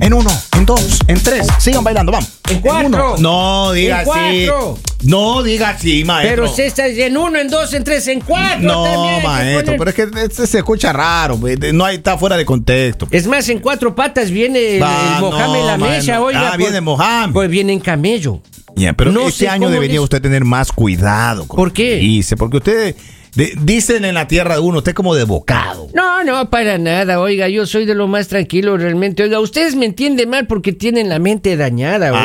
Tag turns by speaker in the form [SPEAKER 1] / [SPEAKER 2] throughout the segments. [SPEAKER 1] en uno, en dos, en tres. Sigan bailando, vamos.
[SPEAKER 2] En cuatro.
[SPEAKER 1] uno. No diga
[SPEAKER 2] En
[SPEAKER 1] así.
[SPEAKER 2] cuatro.
[SPEAKER 1] No diga así, maestro.
[SPEAKER 2] Pero usted está en uno, en dos, en tres, en cuatro. también
[SPEAKER 1] No,
[SPEAKER 2] hay que
[SPEAKER 1] maestro,
[SPEAKER 2] poner-
[SPEAKER 1] pero es que este se escucha raro, pues, de- no hay, está fuera de contexto. pues,
[SPEAKER 2] Es más, en cuatro patas viene el,
[SPEAKER 1] Ah,
[SPEAKER 2] el Mohamed
[SPEAKER 1] no,
[SPEAKER 2] la mesa,
[SPEAKER 1] mano.
[SPEAKER 2] oiga.
[SPEAKER 1] Ah, viene Mohamed.
[SPEAKER 2] Pues viene en camello.
[SPEAKER 1] Ya, pero
[SPEAKER 2] Eh, No
[SPEAKER 1] este
[SPEAKER 2] sé
[SPEAKER 1] año
[SPEAKER 2] cómo
[SPEAKER 1] debería
[SPEAKER 2] dice.
[SPEAKER 1] usted tener más cuidado. con
[SPEAKER 2] ¿Por
[SPEAKER 1] lo que
[SPEAKER 2] qué?
[SPEAKER 1] Dice, porque usted de- dicen en la tierra de uno, usted es como de bocado.
[SPEAKER 2] No, no, para nada, oiga, yo soy de lo más tranquilo realmente. Oiga, ustedes me entienden mal porque tienen la mente dañada, oiga.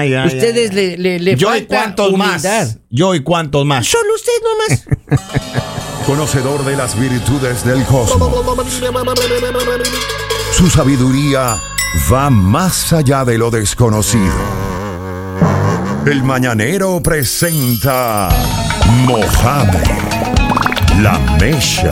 [SPEAKER 1] Ah, ya, ya,
[SPEAKER 2] ustedes
[SPEAKER 1] ya.
[SPEAKER 2] le, le, le
[SPEAKER 1] Yo y
[SPEAKER 2] falta
[SPEAKER 1] cuántos
[SPEAKER 2] humildad.
[SPEAKER 1] más. Yo y cuántos más.
[SPEAKER 2] Solo usted nomás.
[SPEAKER 3] conocedor de las virtudes del cosmos. Su sabiduría va más allá de lo desconocido. El mañanero presenta Mohamed, la Mesha.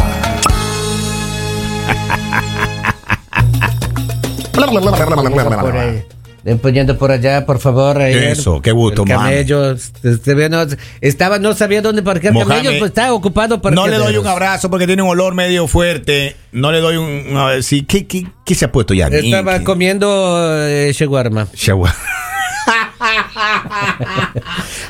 [SPEAKER 2] por ahí. Ven poniendo por allá, por favor. ahí.
[SPEAKER 1] Eso, qué gusto,
[SPEAKER 2] El camello. este, ve, no, estaba, no sabía dónde parquear
[SPEAKER 1] Mohamed,
[SPEAKER 2] camellos, pues estaba ocupado para
[SPEAKER 1] No le doy un abrazo porque tiene un olor medio fuerte. No le doy un. A ver, sí, ¿qué, qué, qué se ha puesto ya?
[SPEAKER 2] Estaba
[SPEAKER 1] Ni-
[SPEAKER 2] comiendo eh, shawarma.
[SPEAKER 1] Shagua-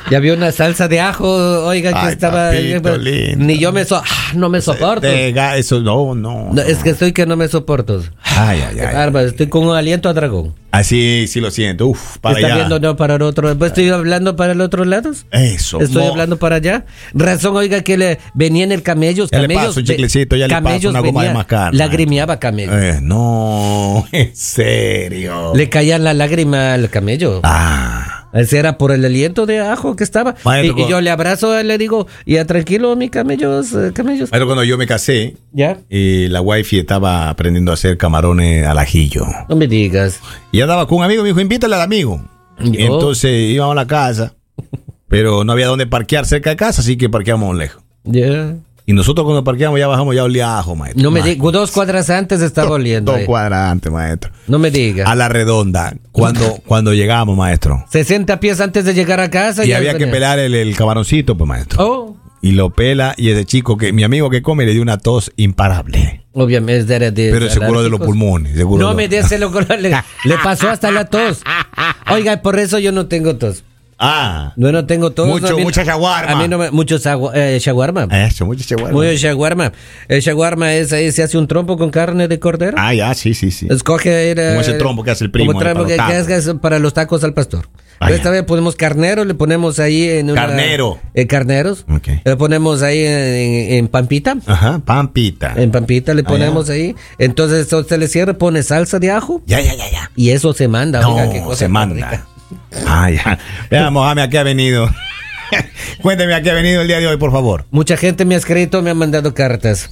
[SPEAKER 2] Ya había una salsa de ajo, oiga, que
[SPEAKER 1] Ay,
[SPEAKER 2] estaba. eh,
[SPEAKER 1] papito lindo.
[SPEAKER 2] Ni yo me so, ah, no me soporto.
[SPEAKER 1] Te- Eh, ga- Eso, no, no.
[SPEAKER 2] No, es que estoy que no me soporto.
[SPEAKER 1] Ay, ay, ay.
[SPEAKER 2] Bárbaro, estoy con un aliento a dragón.
[SPEAKER 1] Así, sí lo siento. Uf, para
[SPEAKER 2] Está
[SPEAKER 1] allá.
[SPEAKER 2] viendo no para el otro. Pues estoy hablando para el otro lado.
[SPEAKER 1] Eso.
[SPEAKER 2] Estoy
[SPEAKER 1] mo-
[SPEAKER 2] hablando para allá. Razón, oiga, que le venía en el camello.
[SPEAKER 1] Ya le
[SPEAKER 2] camellos
[SPEAKER 1] paso un
[SPEAKER 2] ve-
[SPEAKER 1] chiclecito, ya le paso
[SPEAKER 2] camellos
[SPEAKER 1] una goma de mascar,
[SPEAKER 2] Lagrimeaba camello.
[SPEAKER 1] Eh, no, en serio.
[SPEAKER 2] Le caía la lágrima al camello.
[SPEAKER 1] Ah.
[SPEAKER 2] Ese era por el aliento de ajo que estaba.
[SPEAKER 1] Maestro,
[SPEAKER 2] y, y yo le abrazo, le digo, ya tranquilo, mi camellos, eh, camellos.
[SPEAKER 1] Pero cuando yo me casé,
[SPEAKER 2] Ya.
[SPEAKER 1] eh, la wifi estaba aprendiendo a hacer camarones al ajillo.
[SPEAKER 2] No me digas.
[SPEAKER 1] Y andaba con un amigo, me dijo, invítale al amigo.
[SPEAKER 2] Yo.
[SPEAKER 1] Y entonces íbamos a la casa, pero no había donde parquear cerca de casa, así que parqueamos lejos.
[SPEAKER 2] Ya.
[SPEAKER 1] Y nosotros cuando parqueamos ya bajamos, ya olía a ajo, maestro.
[SPEAKER 2] No me
[SPEAKER 1] Ma-
[SPEAKER 2] digas. Dos cuadras antes estaba oliendo.
[SPEAKER 1] Dos
[SPEAKER 2] eh.
[SPEAKER 1] cuadrantes, maestro.
[SPEAKER 2] No me digas.
[SPEAKER 1] A la redonda, cuando, cuando llegamos, maestro.
[SPEAKER 2] 60 pies antes de llegar a casa.
[SPEAKER 1] Y
[SPEAKER 2] ya
[SPEAKER 1] había que
[SPEAKER 2] venía.
[SPEAKER 1] pelar el, el camaroncito, pues, maestro.
[SPEAKER 2] Oh,
[SPEAKER 1] Y lo pela, y ese chico, que mi amigo que come, le dio una tos imparable.
[SPEAKER 2] obviamente era de.
[SPEAKER 1] Pero seguro de los
[SPEAKER 2] alérgicos.
[SPEAKER 1] pulmones, seguro.
[SPEAKER 2] No
[SPEAKER 1] de
[SPEAKER 2] me
[SPEAKER 1] los-
[SPEAKER 2] des el loco, le, le pasó hasta la tos. Oiga, por eso yo no tengo tos.
[SPEAKER 1] Ah,
[SPEAKER 2] No, no tengo tos.
[SPEAKER 1] Mucho-
[SPEAKER 2] a mí-
[SPEAKER 1] mucha shawarma. Ah,
[SPEAKER 2] A mí no me. Mucho sagua- eh, shawarma.
[SPEAKER 1] eso, mucho chihuahua.
[SPEAKER 2] Muy shawarma. El shawarma es ahí, se hace un trompo con carne de cordero.
[SPEAKER 1] Ah, ya, sí, sí, sí.
[SPEAKER 2] Escoge era,
[SPEAKER 1] Como ese trompo que hace el primo
[SPEAKER 2] Como
[SPEAKER 1] ahí
[SPEAKER 2] trompo que,
[SPEAKER 1] para los
[SPEAKER 2] que
[SPEAKER 1] tacos.
[SPEAKER 2] hace para los tacos al pastor.
[SPEAKER 1] Ah,
[SPEAKER 2] Pero esta
[SPEAKER 1] ya.
[SPEAKER 2] vez ponemos carnero, le ponemos ahí en una-
[SPEAKER 1] Carnero.
[SPEAKER 2] eh, carneros.
[SPEAKER 1] Ok.
[SPEAKER 2] Le ponemos ahí en, en- en pampita.
[SPEAKER 1] Ajá, pampita.
[SPEAKER 2] En pampita le
[SPEAKER 1] Ah,
[SPEAKER 2] ponemos ahí. Entonces eso se le cierra, pone salsa de ajo
[SPEAKER 1] Ya, ya, ya, ya.
[SPEAKER 2] y eso se manda.
[SPEAKER 1] No,
[SPEAKER 2] oiga, qué cosa
[SPEAKER 1] se
[SPEAKER 2] tan
[SPEAKER 1] manda.
[SPEAKER 2] rica.
[SPEAKER 1] Ah, ya. Vea, Mohamed, ¿a qué ha venido? Cuénteme a qué ha venido el día de hoy, por favor.
[SPEAKER 2] Mucha gente me ha escrito, me ha mandado cartas.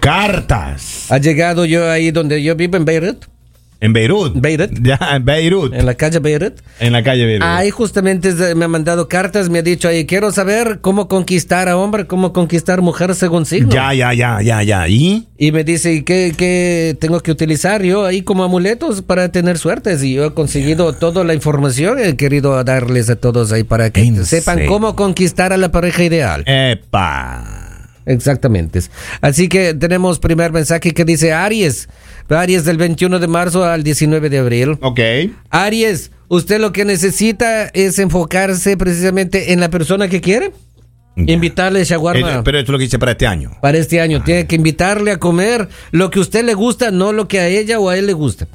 [SPEAKER 1] Cartas.
[SPEAKER 2] Ha llegado yo ahí donde yo vivo en Beirut,
[SPEAKER 1] En Beirut.
[SPEAKER 2] Beirut.
[SPEAKER 1] Ya, en Beirut.
[SPEAKER 2] en la calle Beirut.
[SPEAKER 1] En la calle Beirut.
[SPEAKER 2] Ahí justamente es de- me ha mandado cartas, me ha dicho ahí, quiero saber cómo conquistar a hombre, cómo conquistar mujer según signo.
[SPEAKER 1] ya, ya, ya, ya, ya. ¿Y?
[SPEAKER 2] Y me dice, ¿y qué, qué tengo que utilizar yo ahí como amuletos para tener suertes? Y yo he conseguido toda la información, he querido darles a todos ahí para que
[SPEAKER 1] ¿En
[SPEAKER 2] sepan
[SPEAKER 1] serio?
[SPEAKER 2] cómo conquistar a la pareja ideal.
[SPEAKER 1] Epa.
[SPEAKER 2] Exactamente. Así que tenemos primer mensaje que dice Aries. Aries del 21 de marzo al 19 de abril.
[SPEAKER 1] Ok.
[SPEAKER 2] Aries, usted lo que necesita es enfocarse precisamente en la persona que quiere.
[SPEAKER 1] Ya.
[SPEAKER 2] Invitarle shawarma
[SPEAKER 1] Eh, Pero esto es lo que hice para este año.
[SPEAKER 2] para este año. Tiene que invitarle a comer lo que a usted le gusta, no lo que a ella o a él le gusta.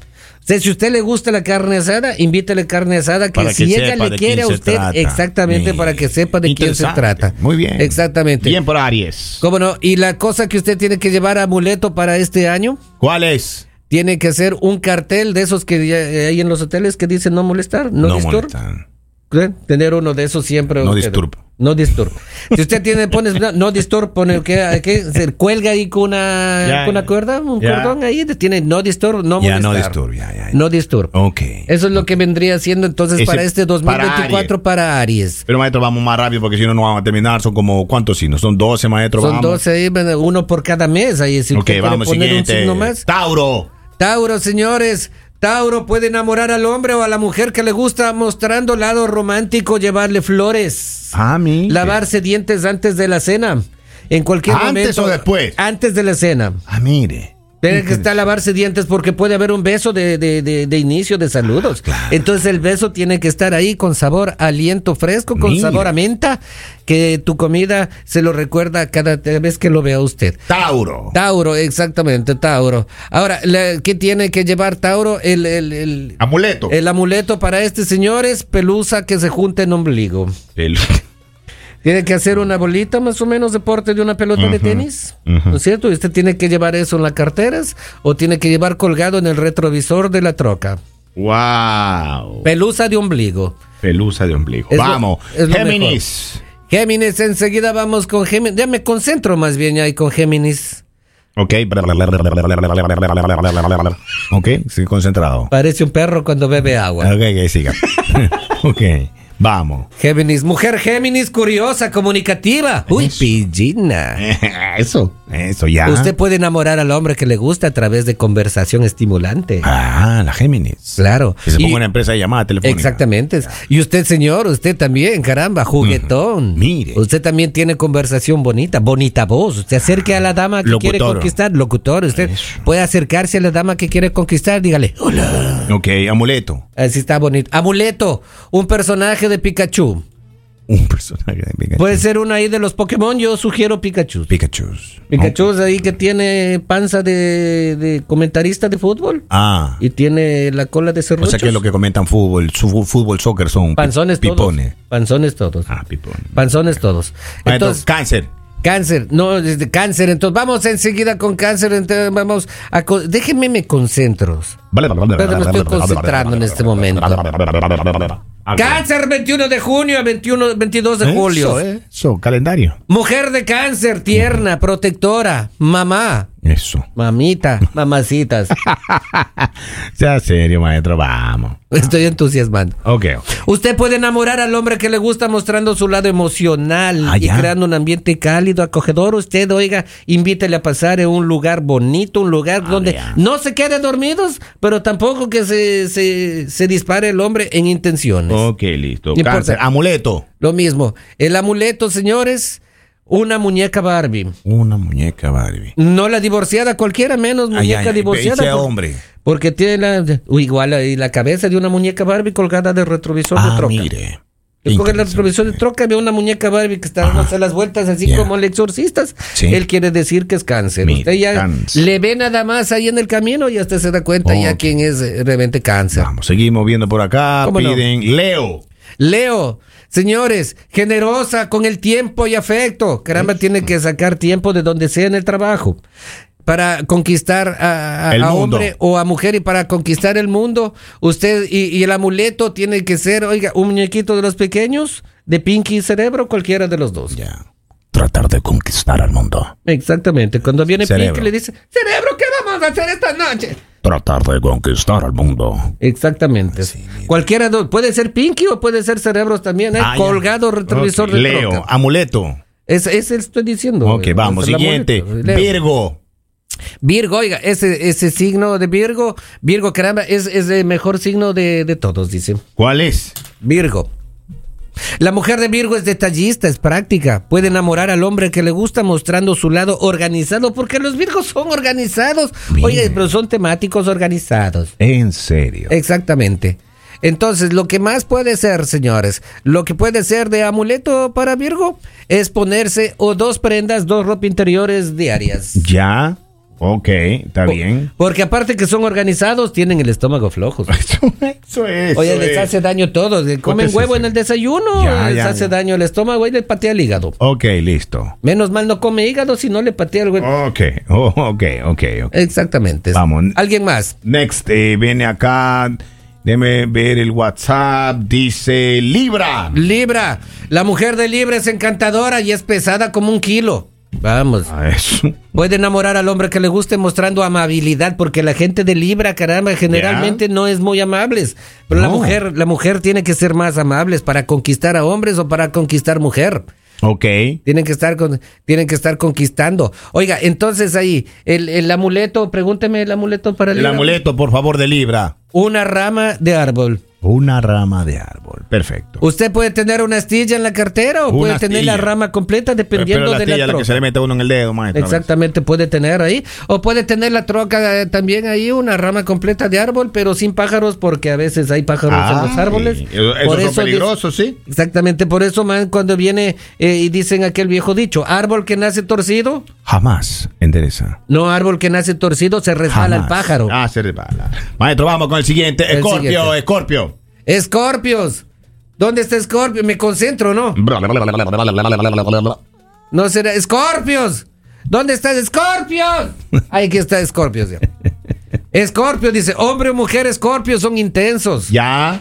[SPEAKER 2] O sea, si a usted le gusta la carne asada, invítale carne asada que
[SPEAKER 1] Para que
[SPEAKER 2] si ella
[SPEAKER 1] sepa
[SPEAKER 2] le
[SPEAKER 1] de
[SPEAKER 2] quiere
[SPEAKER 1] quién
[SPEAKER 2] a
[SPEAKER 1] se
[SPEAKER 2] usted,
[SPEAKER 1] trata.
[SPEAKER 2] exactamente,
[SPEAKER 1] Sí.
[SPEAKER 2] para que sepa de quién se
[SPEAKER 1] Interesante.
[SPEAKER 2] trata.
[SPEAKER 1] Muy bien.
[SPEAKER 2] Exactamente.
[SPEAKER 1] Bien por Aries.
[SPEAKER 2] ¿Cómo no? Y la cosa que usted tiene que llevar amuleto para este año,
[SPEAKER 1] ¿Cuál es?
[SPEAKER 2] tiene que ser un cartel de esos que ya, eh, hay en los hoteles que dicen no molestar, no, disturb.
[SPEAKER 1] molestan.
[SPEAKER 2] ¿Eh? Tener uno de esos siempre.
[SPEAKER 1] No
[SPEAKER 2] usted-
[SPEAKER 1] disturb.
[SPEAKER 2] No disturb. Si usted tiene, pones, no, no disturb, pone que, que se cuelga ahí con una,
[SPEAKER 1] Ya,
[SPEAKER 2] con una cuerda, un
[SPEAKER 1] ya.
[SPEAKER 2] cordón ahí, tiene no disturb, no
[SPEAKER 1] Ya,
[SPEAKER 2] molestar.
[SPEAKER 1] no disturb, ya, ya, ya.
[SPEAKER 2] No disturb.
[SPEAKER 1] Ok.
[SPEAKER 2] Eso es lo que vendría siendo entonces
[SPEAKER 1] Ese-
[SPEAKER 2] para este 2024 para Aries.
[SPEAKER 1] Pero maestro, vamos más rápido porque si no, no vamos a terminar. Son como, ¿cuántos signos? Son 12, maestro.
[SPEAKER 2] Son
[SPEAKER 1] vamos.
[SPEAKER 2] 12 ahí, bueno, uno por cada mes. Ahí, si
[SPEAKER 1] Ok,
[SPEAKER 2] usted quiere
[SPEAKER 1] vamos,
[SPEAKER 2] poner un
[SPEAKER 1] siguiente.
[SPEAKER 2] signo más.
[SPEAKER 1] Tauro.
[SPEAKER 2] Tauro, señores. Tauro puede enamorar al hombre o a la mujer que le gusta mostrando lado romántico, llevarle flores,
[SPEAKER 1] A mí.
[SPEAKER 2] lavarse dientes antes de la cena. En cualquier
[SPEAKER 1] ¿Antes
[SPEAKER 2] momento.
[SPEAKER 1] o después?
[SPEAKER 2] Antes de la cena.
[SPEAKER 1] Ah, mire.
[SPEAKER 2] Tiene que estar lavarse dientes porque puede haber un beso de, de- de- de inicio de
[SPEAKER 1] Ah,
[SPEAKER 2] saludos. Entonces el beso tiene que estar ahí con sabor a aliento fresco, con
[SPEAKER 1] Mira.
[SPEAKER 2] sabor a menta, que tu comida se lo recuerda cada vez que lo vea usted.
[SPEAKER 1] Tauro.
[SPEAKER 2] Tauro, exactamente, Tauro. Ahora, la- ¿qué tiene que llevar Tauro? El, el- el-
[SPEAKER 1] Amuleto.
[SPEAKER 2] el amuleto para este señor es pelusa que se junta en ombligo.
[SPEAKER 1] El-
[SPEAKER 2] Tiene que hacer una bolita más o menos de porte de una pelota de tenis, ¿no es cierto? Y usted tiene que llevar eso en las carteras o tiene que llevar colgado en el retrovisor de la troca.
[SPEAKER 1] Wow.
[SPEAKER 2] Pelusa de ombligo.
[SPEAKER 1] Pelusa de ombligo.
[SPEAKER 2] Es lo-
[SPEAKER 1] Vamos.
[SPEAKER 2] es lo
[SPEAKER 1] Géminis.
[SPEAKER 2] Géminis, enseguida vamos con Géminis. Ya me concentro más bien ya ahí con Géminis.
[SPEAKER 1] Ok. Ok, estoy concentrado.
[SPEAKER 2] Parece un perro cuando bebe agua.
[SPEAKER 1] Ok, que siga. ok, vamos.
[SPEAKER 2] Géminis, mujer Géminis, curiosa, comunicativa. Uy, pillina.
[SPEAKER 1] Eh, Eso. Eso ya.
[SPEAKER 2] Usted puede enamorar al hombre que le gusta a través de conversación estimulante.
[SPEAKER 1] Ah, la Géminis.
[SPEAKER 2] Claro.
[SPEAKER 1] Que se
[SPEAKER 2] Y-
[SPEAKER 1] ponga una empresa de llamada telefónica.
[SPEAKER 2] Exactamente. Y usted, señor, usted también, caramba, juguetón.
[SPEAKER 1] Ujú. Mire.
[SPEAKER 2] Usted también tiene conversación bonita, bonita voz. Usted acerque a la dama que quiere
[SPEAKER 1] Locutor.
[SPEAKER 2] conquistar, locutor. Usted
[SPEAKER 1] Eso.
[SPEAKER 2] puede acercarse a la dama que quiere conquistar, dígale, hola.
[SPEAKER 1] Ok, amuleto.
[SPEAKER 2] Así está bonito. Amuleto, un personaje de Pikachu.
[SPEAKER 1] Un personaje de Pikachu.
[SPEAKER 2] Puede ser uno ahí de los Pokémon, yo sugiero Pikachu.
[SPEAKER 1] Pikachu.
[SPEAKER 2] Pikachu es ahí que tiene panza de, de comentarista de fútbol
[SPEAKER 1] Ah.
[SPEAKER 2] y tiene la cola de
[SPEAKER 1] O
[SPEAKER 2] serruchos.
[SPEAKER 1] sea que lo que comentan fútbol, su- fútbol, soccer son pi-
[SPEAKER 2] Panzones todos.
[SPEAKER 1] pipones.
[SPEAKER 2] Panzones todos.
[SPEAKER 1] Ah, pipones.
[SPEAKER 2] Panzones todos.
[SPEAKER 1] Ah,
[SPEAKER 2] Entonces,
[SPEAKER 1] Entonces, cáncer.
[SPEAKER 2] Cáncer, no, es de cáncer, entonces vamos enseguida con cáncer, entonces vamos a... co- Déjenme me concentro. me estoy concentrando en este momento. Cáncer 21 de junio a 21, 22 de julio.
[SPEAKER 1] Eso, eh. eso, calendario.
[SPEAKER 2] Mujer de cáncer, tierna, protectora, mamá,
[SPEAKER 1] Eso.
[SPEAKER 2] mamita, mamacitas.
[SPEAKER 1] Ya serio, maestro, vamos.
[SPEAKER 2] Estoy entusiasmando.
[SPEAKER 1] Ok.
[SPEAKER 2] Usted puede enamorar al hombre que le gusta mostrando su lado emocional
[SPEAKER 1] Ah,
[SPEAKER 2] y
[SPEAKER 1] ya.
[SPEAKER 2] creando un ambiente cálido, acogedor. Usted, oiga, invítele a pasar en un lugar bonito, un lugar
[SPEAKER 1] Ah,
[SPEAKER 2] donde
[SPEAKER 1] vea.
[SPEAKER 2] no se quede dormidos, pero tampoco que se, se, se dispare el hombre en intenciones.
[SPEAKER 1] Ok, listo.
[SPEAKER 2] No importa.
[SPEAKER 1] Cáncer, amuleto.
[SPEAKER 2] Lo mismo, el amuleto, señores, una muñeca Barbie.
[SPEAKER 1] Una muñeca Barbie.
[SPEAKER 2] No la divorciada, cualquiera menos
[SPEAKER 1] Ay,
[SPEAKER 2] muñeca
[SPEAKER 1] ay, ay,
[SPEAKER 2] divorciada.
[SPEAKER 1] sea
[SPEAKER 2] por-
[SPEAKER 1] hombre.
[SPEAKER 2] Porque tiene la, uy, igual ahí la cabeza de una muñeca Barbie colgada del retrovisor de
[SPEAKER 1] Ah,
[SPEAKER 2] troca.
[SPEAKER 1] mire.
[SPEAKER 2] Le coge la
[SPEAKER 1] Interesante.
[SPEAKER 2] provisión de troca, ve una muñeca Barbie que está
[SPEAKER 1] Ajá.
[SPEAKER 2] dándose las vueltas, así
[SPEAKER 1] Ya.
[SPEAKER 2] como el exorcista.
[SPEAKER 1] Sí.
[SPEAKER 2] Él quiere decir que es cáncer.
[SPEAKER 1] Mire,
[SPEAKER 2] usted ya
[SPEAKER 1] cáncer.
[SPEAKER 2] le ve nada más ahí en el camino y hasta se da cuenta ya
[SPEAKER 1] Ok.
[SPEAKER 2] quién es eh, realmente cáncer.
[SPEAKER 1] Vamos, seguimos viendo por acá.
[SPEAKER 2] ¿Cómo no?
[SPEAKER 1] Piden Leo.
[SPEAKER 2] Leo, señores, generosa con el tiempo y afecto. Caramba, tiene que sacar tiempo de donde sea en el trabajo. Para conquistar a, a-
[SPEAKER 1] El
[SPEAKER 2] a
[SPEAKER 1] mundo.
[SPEAKER 2] hombre o a mujer y para conquistar el mundo, usted y, y el amuleto tiene que ser, oiga, un muñequito de los pequeños, de Pinky y Cerebro, cualquiera de los dos.
[SPEAKER 1] Ya. Tratar de conquistar al mundo.
[SPEAKER 2] Exactamente. Cuando viene
[SPEAKER 1] Cerebro.
[SPEAKER 2] Pinky le dice, Cerebro, ¿qué vamos a hacer esta noche?
[SPEAKER 1] Tratar de conquistar al mundo.
[SPEAKER 2] Exactamente.
[SPEAKER 1] Ah,
[SPEAKER 2] Cualquiera dos. Puede ser Pinky o puede ser Cerebros también. ¿eh?
[SPEAKER 1] Ah, ya.
[SPEAKER 2] Colgado retrovisor
[SPEAKER 1] Ok,
[SPEAKER 2] de
[SPEAKER 1] Leo,
[SPEAKER 2] troca.
[SPEAKER 1] amuleto.
[SPEAKER 2] Es, ese estoy diciendo.
[SPEAKER 1] Ok,
[SPEAKER 2] eh,
[SPEAKER 1] vamos.
[SPEAKER 2] es el
[SPEAKER 1] Siguiente.
[SPEAKER 2] amuleto, Leo.
[SPEAKER 1] Virgo.
[SPEAKER 2] Virgo, oiga, ese, ese signo de Virgo, Virgo, caramba, es, es el mejor signo de, de todos, dice.
[SPEAKER 1] ¿Cuál es?
[SPEAKER 2] Virgo. La mujer de Virgo es detallista, es práctica, puede enamorar al hombre que le gusta mostrando su lado organizado, porque los Virgos son organizados.
[SPEAKER 1] Mire.
[SPEAKER 2] Oye, pero son temáticos organizados.
[SPEAKER 1] En serio.
[SPEAKER 2] Eh. Exactamente. Entonces, lo que más puede ser, señores, lo que puede ser de amuleto para Virgo es ponerse o dos prendas, dos ropa interiores diarias.
[SPEAKER 1] Ya. Ok,
[SPEAKER 2] Oh.
[SPEAKER 1] está bien.
[SPEAKER 2] Porque aparte que son organizados, tienen el estómago flojo.
[SPEAKER 1] Eso, eso es.
[SPEAKER 2] Oye,
[SPEAKER 1] eso
[SPEAKER 2] les
[SPEAKER 1] es.
[SPEAKER 2] hace daño todo. le Comen
[SPEAKER 1] Cuéntese,
[SPEAKER 2] huevo
[SPEAKER 1] sí.
[SPEAKER 2] en el desayuno,
[SPEAKER 1] Ya,
[SPEAKER 2] les
[SPEAKER 1] ya,
[SPEAKER 2] hace
[SPEAKER 1] ya.
[SPEAKER 2] daño el estómago y le patea el hígado.
[SPEAKER 1] Ok, listo.
[SPEAKER 2] Menos mal no come hígado si no le patea el huevo.
[SPEAKER 1] Ok, oh, ok, ok, ok.
[SPEAKER 2] Exactamente.
[SPEAKER 1] Vamos.
[SPEAKER 2] ¿Alguien más?
[SPEAKER 1] Next, eh, viene acá. Déjeme ver el WhatsApp. Dice Libra.
[SPEAKER 2] Libra. La mujer de Libra es encantadora y es pesada como un kilo. Vamos.
[SPEAKER 1] Ah, eso.
[SPEAKER 2] Puede enamorar al hombre que le guste mostrando amabilidad, porque la gente de Libra, caramba, generalmente no es muy amables. Pero la
[SPEAKER 1] No.
[SPEAKER 2] mujer, la mujer tiene que ser más amables para conquistar a hombres o para conquistar mujer.
[SPEAKER 1] Ok.
[SPEAKER 2] Tienen que estar con, tienen que estar conquistando. Oiga, entonces ahí, el, el amuleto, pregúnteme el amuleto para
[SPEAKER 1] El
[SPEAKER 2] Libra.
[SPEAKER 1] amuleto, por favor, de Libra.
[SPEAKER 2] Una rama de árbol.
[SPEAKER 1] Una rama de árbol. Perfecto.
[SPEAKER 2] Usted puede tener una astilla en la cartera o
[SPEAKER 1] Una
[SPEAKER 2] puede tener la
[SPEAKER 1] astilla.
[SPEAKER 2] rama completa dependiendo
[SPEAKER 1] Pero la
[SPEAKER 2] de
[SPEAKER 1] astilla
[SPEAKER 2] la
[SPEAKER 1] es la
[SPEAKER 2] troca.
[SPEAKER 1] que se le mete a uno en el dedo, maestro. a veces.
[SPEAKER 2] Exactamente, puede tener ahí. O puede tener la troca eh, también ahí, una rama completa de árbol, pero sin pájaros, porque a veces hay pájaros en los
[SPEAKER 1] Ah,
[SPEAKER 2] árboles.
[SPEAKER 1] sí. Esos
[SPEAKER 2] Por
[SPEAKER 1] son
[SPEAKER 2] eso dice-
[SPEAKER 1] peligrosos, sí.
[SPEAKER 2] Exactamente, por eso, man, cuando viene eh, y dicen aquel viejo dicho, árbol que nace torcido,
[SPEAKER 1] Jamás endereza.
[SPEAKER 2] no árbol que nace torcido, se resbala el
[SPEAKER 1] Jamás.
[SPEAKER 2] pájaro.
[SPEAKER 1] Ah, se resbala. Maestro, vamos con el siguiente.
[SPEAKER 2] El
[SPEAKER 1] Escorpio,
[SPEAKER 2] siguiente.
[SPEAKER 1] Escorpio.
[SPEAKER 2] Escorpios, ¿dónde está Escorpio? Me concentro, ¿no? No será Escorpios. ¿Dónde está Escorpios? Ahí que está Escorpios. ya. Escorpio dice, hombre o mujer Escorpio son intensos.
[SPEAKER 1] Ya.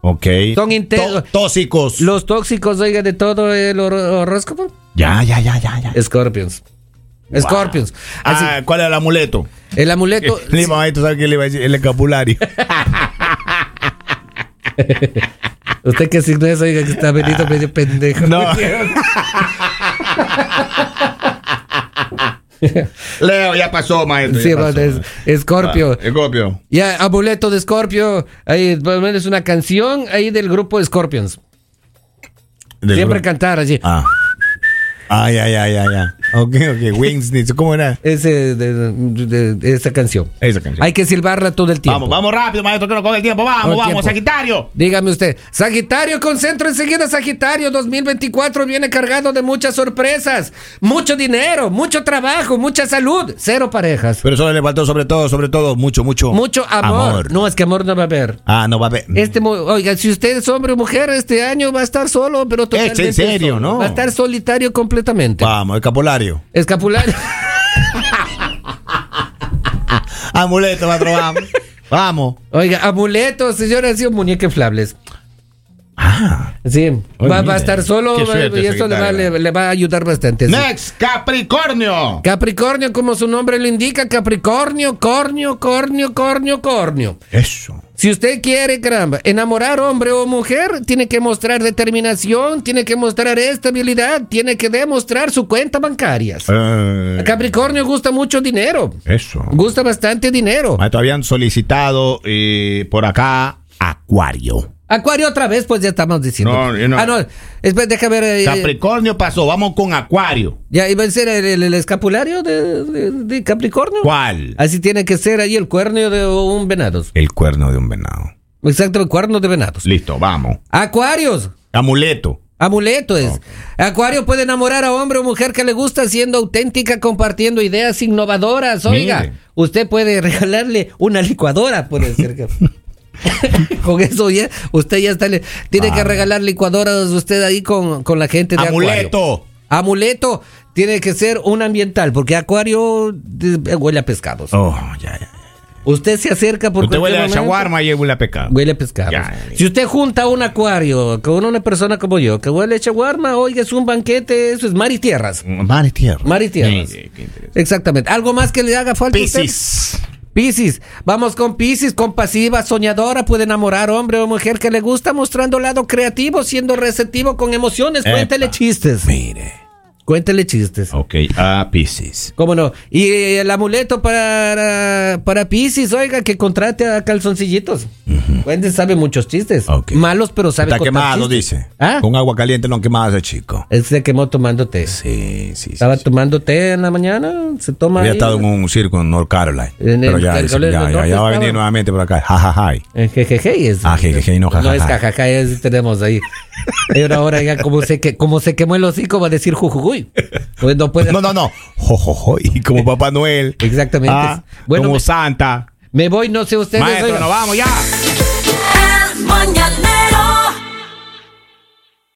[SPEAKER 1] Ok.
[SPEAKER 2] Son intensos.
[SPEAKER 1] Tó- tóxicos.
[SPEAKER 2] Los tóxicos, oiga, de todo el hor- horóscopo.
[SPEAKER 1] Ya, ya, ya, ya, ya.
[SPEAKER 2] Escorpios. Escorpios. Así,
[SPEAKER 1] Ah, ¿Cuál es el amuleto?
[SPEAKER 2] el amuleto.
[SPEAKER 1] Le iba, maestro, ¿sabe qué le iba a decir? El escapulario.
[SPEAKER 2] Usted que asignó eso, oiga, que está venido medio pendejo.
[SPEAKER 1] No. Leo, ya pasó, maestro.
[SPEAKER 2] Sí,
[SPEAKER 1] ya pasó.
[SPEAKER 2] va, es- Escorpio.
[SPEAKER 1] Ah, Escorpio.
[SPEAKER 2] Ya, amuleto de Escorpio. Ahí, por lo menos una canción ahí del grupo Scorpions.
[SPEAKER 1] Del
[SPEAKER 2] Siempre
[SPEAKER 1] grupo.
[SPEAKER 2] cantar allí.
[SPEAKER 1] Ah. Ah, ya, ya, ya, ya. Ok, ok. Wings, Needs. ¿cómo era?
[SPEAKER 2] Ese, de, de- de esa canción.
[SPEAKER 1] Esa canción.
[SPEAKER 2] Hay que silbarla todo el tiempo.
[SPEAKER 1] Vamos, vamos rápido, maestro, que no coge el tiempo.
[SPEAKER 2] Todo
[SPEAKER 1] Vamos,
[SPEAKER 2] el
[SPEAKER 1] vamos,
[SPEAKER 2] tiempo.
[SPEAKER 1] Sagitario.
[SPEAKER 2] Dígame usted, Sagitario, concentro enseguida Sagitario, 2024 viene cargado de muchas sorpresas, mucho dinero, mucho trabajo, mucha salud, cero parejas,
[SPEAKER 1] Pero solo le faltó, sobre todo, sobre todo, mucho, mucho.
[SPEAKER 2] mucho amor. No, es que amor no va a haber.
[SPEAKER 1] Ah, no va a haber.
[SPEAKER 2] Este, mu- oiga, si usted es hombre o mujer, este año va a estar solo, pero totalmente
[SPEAKER 1] en serio,
[SPEAKER 2] solo.
[SPEAKER 1] ¿no?
[SPEAKER 2] Va a estar solitario completamente.
[SPEAKER 1] Vamos, escapulario.
[SPEAKER 2] Escapulario.
[SPEAKER 1] Amuleto, maestro, vamos. vamos.
[SPEAKER 2] Oiga, amuletos, señores, sí, muñeca inflables.
[SPEAKER 1] Ah.
[SPEAKER 2] Sí,
[SPEAKER 1] Oye,
[SPEAKER 2] va, va
[SPEAKER 1] mira.
[SPEAKER 2] a estar solo
[SPEAKER 1] Qué
[SPEAKER 2] va-
[SPEAKER 1] suerte,
[SPEAKER 2] y esto le va,
[SPEAKER 1] Sagitario.
[SPEAKER 2] le- le va a ayudar bastante. sí.
[SPEAKER 1] Next, Capricornio.
[SPEAKER 2] Capricornio, como su nombre lo indica, Capricornio, cornio, cornio, cornio, cornio.
[SPEAKER 1] Eso.
[SPEAKER 2] Si usted quiere, caramba, enamorar hombre o mujer, tiene que mostrar determinación, tiene que mostrar estabilidad, tiene que demostrar su cuenta bancaria.
[SPEAKER 1] Eh,
[SPEAKER 2] A Capricornio gusta mucho dinero,
[SPEAKER 1] Eso.
[SPEAKER 2] gusta bastante dinero.
[SPEAKER 1] Maestro, habían solicitado eh, por acá Acuario.
[SPEAKER 2] Acuario otra vez, pues ya estamos diciendo.
[SPEAKER 1] No, yo no.
[SPEAKER 2] Ah, no, espera, deja ver. eh,
[SPEAKER 1] Capricornio pasó, vamos con Acuario.
[SPEAKER 2] ya iba a ser el, el- el escapulario de, de- de Capricornio.
[SPEAKER 1] ¿Cuál?
[SPEAKER 2] Así tiene que ser ahí el cuerno de un venado.
[SPEAKER 1] El cuerno de un venado.
[SPEAKER 2] Exacto, el cuerno de venados.
[SPEAKER 1] Pues, Listo, vamos.
[SPEAKER 2] Acuarios.
[SPEAKER 1] Amuleto.
[SPEAKER 2] Amuleto es. Acuario puede enamorar a hombre o mujer que le gusta siendo auténtica, compartiendo ideas innovadoras. Oiga,
[SPEAKER 1] Mire.
[SPEAKER 2] usted puede regalarle una licuadora, puede ser que- con eso ya, usted ya está. le- tiene que
[SPEAKER 1] Vamos.
[SPEAKER 2] regalar licuadoras usted ahí con, con la gente de Acuario.
[SPEAKER 1] Amuleto.
[SPEAKER 2] Amuleto tiene que ser un ambiental, porque Acuario eh, huele a pescados.
[SPEAKER 1] Oh, ya, ya.
[SPEAKER 2] Usted se acerca porque.
[SPEAKER 1] Usted huele a shawarma y huele a pecado.
[SPEAKER 2] Huele a pescado.
[SPEAKER 1] Ya.
[SPEAKER 2] Si usted junta un acuario con una persona como yo que huele a chaguarma, oiga, es un banquete, eso es mar y tierras.
[SPEAKER 1] Mar y Mm, tierra.
[SPEAKER 2] Mar y tierras.
[SPEAKER 1] Sí, sí, qué interesante.
[SPEAKER 2] Exactamente. ¿Algo más que le haga falta? a usted?
[SPEAKER 1] Piscis.
[SPEAKER 2] Piscis. Vamos con Piscis, compasiva, soñadora, puede enamorar hombre o mujer que le gusta mostrando lado creativo, siendo receptivo con emociones.
[SPEAKER 1] Epa.
[SPEAKER 2] Cuéntele chistes.
[SPEAKER 1] Mire.
[SPEAKER 2] Cuéntele chistes.
[SPEAKER 1] Ok, a Piscis.
[SPEAKER 2] ¿Cómo no? Y eh, el amuleto para, para Pisces, oiga, que contrate a calzoncillitos. Wendy sabe muchos chistes.
[SPEAKER 1] Ok.
[SPEAKER 2] Malos, pero sabe
[SPEAKER 1] Está
[SPEAKER 2] contar
[SPEAKER 1] quemado,
[SPEAKER 2] chistes.
[SPEAKER 1] dice.
[SPEAKER 2] ¿Ah?
[SPEAKER 1] Con agua caliente no quemado ese chico.
[SPEAKER 2] Él se quemó tomando té.
[SPEAKER 1] Sí, sí, sí.
[SPEAKER 2] Estaba tomando té en la mañana, se toma
[SPEAKER 1] Había
[SPEAKER 2] ahí.
[SPEAKER 1] estado en un circo en North Carolina.
[SPEAKER 2] En el
[SPEAKER 1] pero ya, dice,
[SPEAKER 2] Carolina
[SPEAKER 1] ya, ya,
[SPEAKER 2] del Norte
[SPEAKER 1] ya va a
[SPEAKER 2] estaba.
[SPEAKER 1] venir nuevamente por acá. Ja, ja, ja.
[SPEAKER 2] En jejeje es.
[SPEAKER 1] Ah, jejeje, no, jajaja.
[SPEAKER 2] No es jajaja, es tenemos ahí. Pero ahora ya como se, que, como se quemó el hocico va a decir jujujuy. Pues no puede.
[SPEAKER 1] No, no, no. Jo, jo, jo. Y como Papá Noel.
[SPEAKER 2] Exactamente.
[SPEAKER 1] Ah,
[SPEAKER 2] Bueno,
[SPEAKER 1] como
[SPEAKER 2] me-
[SPEAKER 1] Santa.
[SPEAKER 2] Me voy, no sé ustedes.
[SPEAKER 1] Maestro,
[SPEAKER 2] oiga.
[SPEAKER 1] nos vamos ya.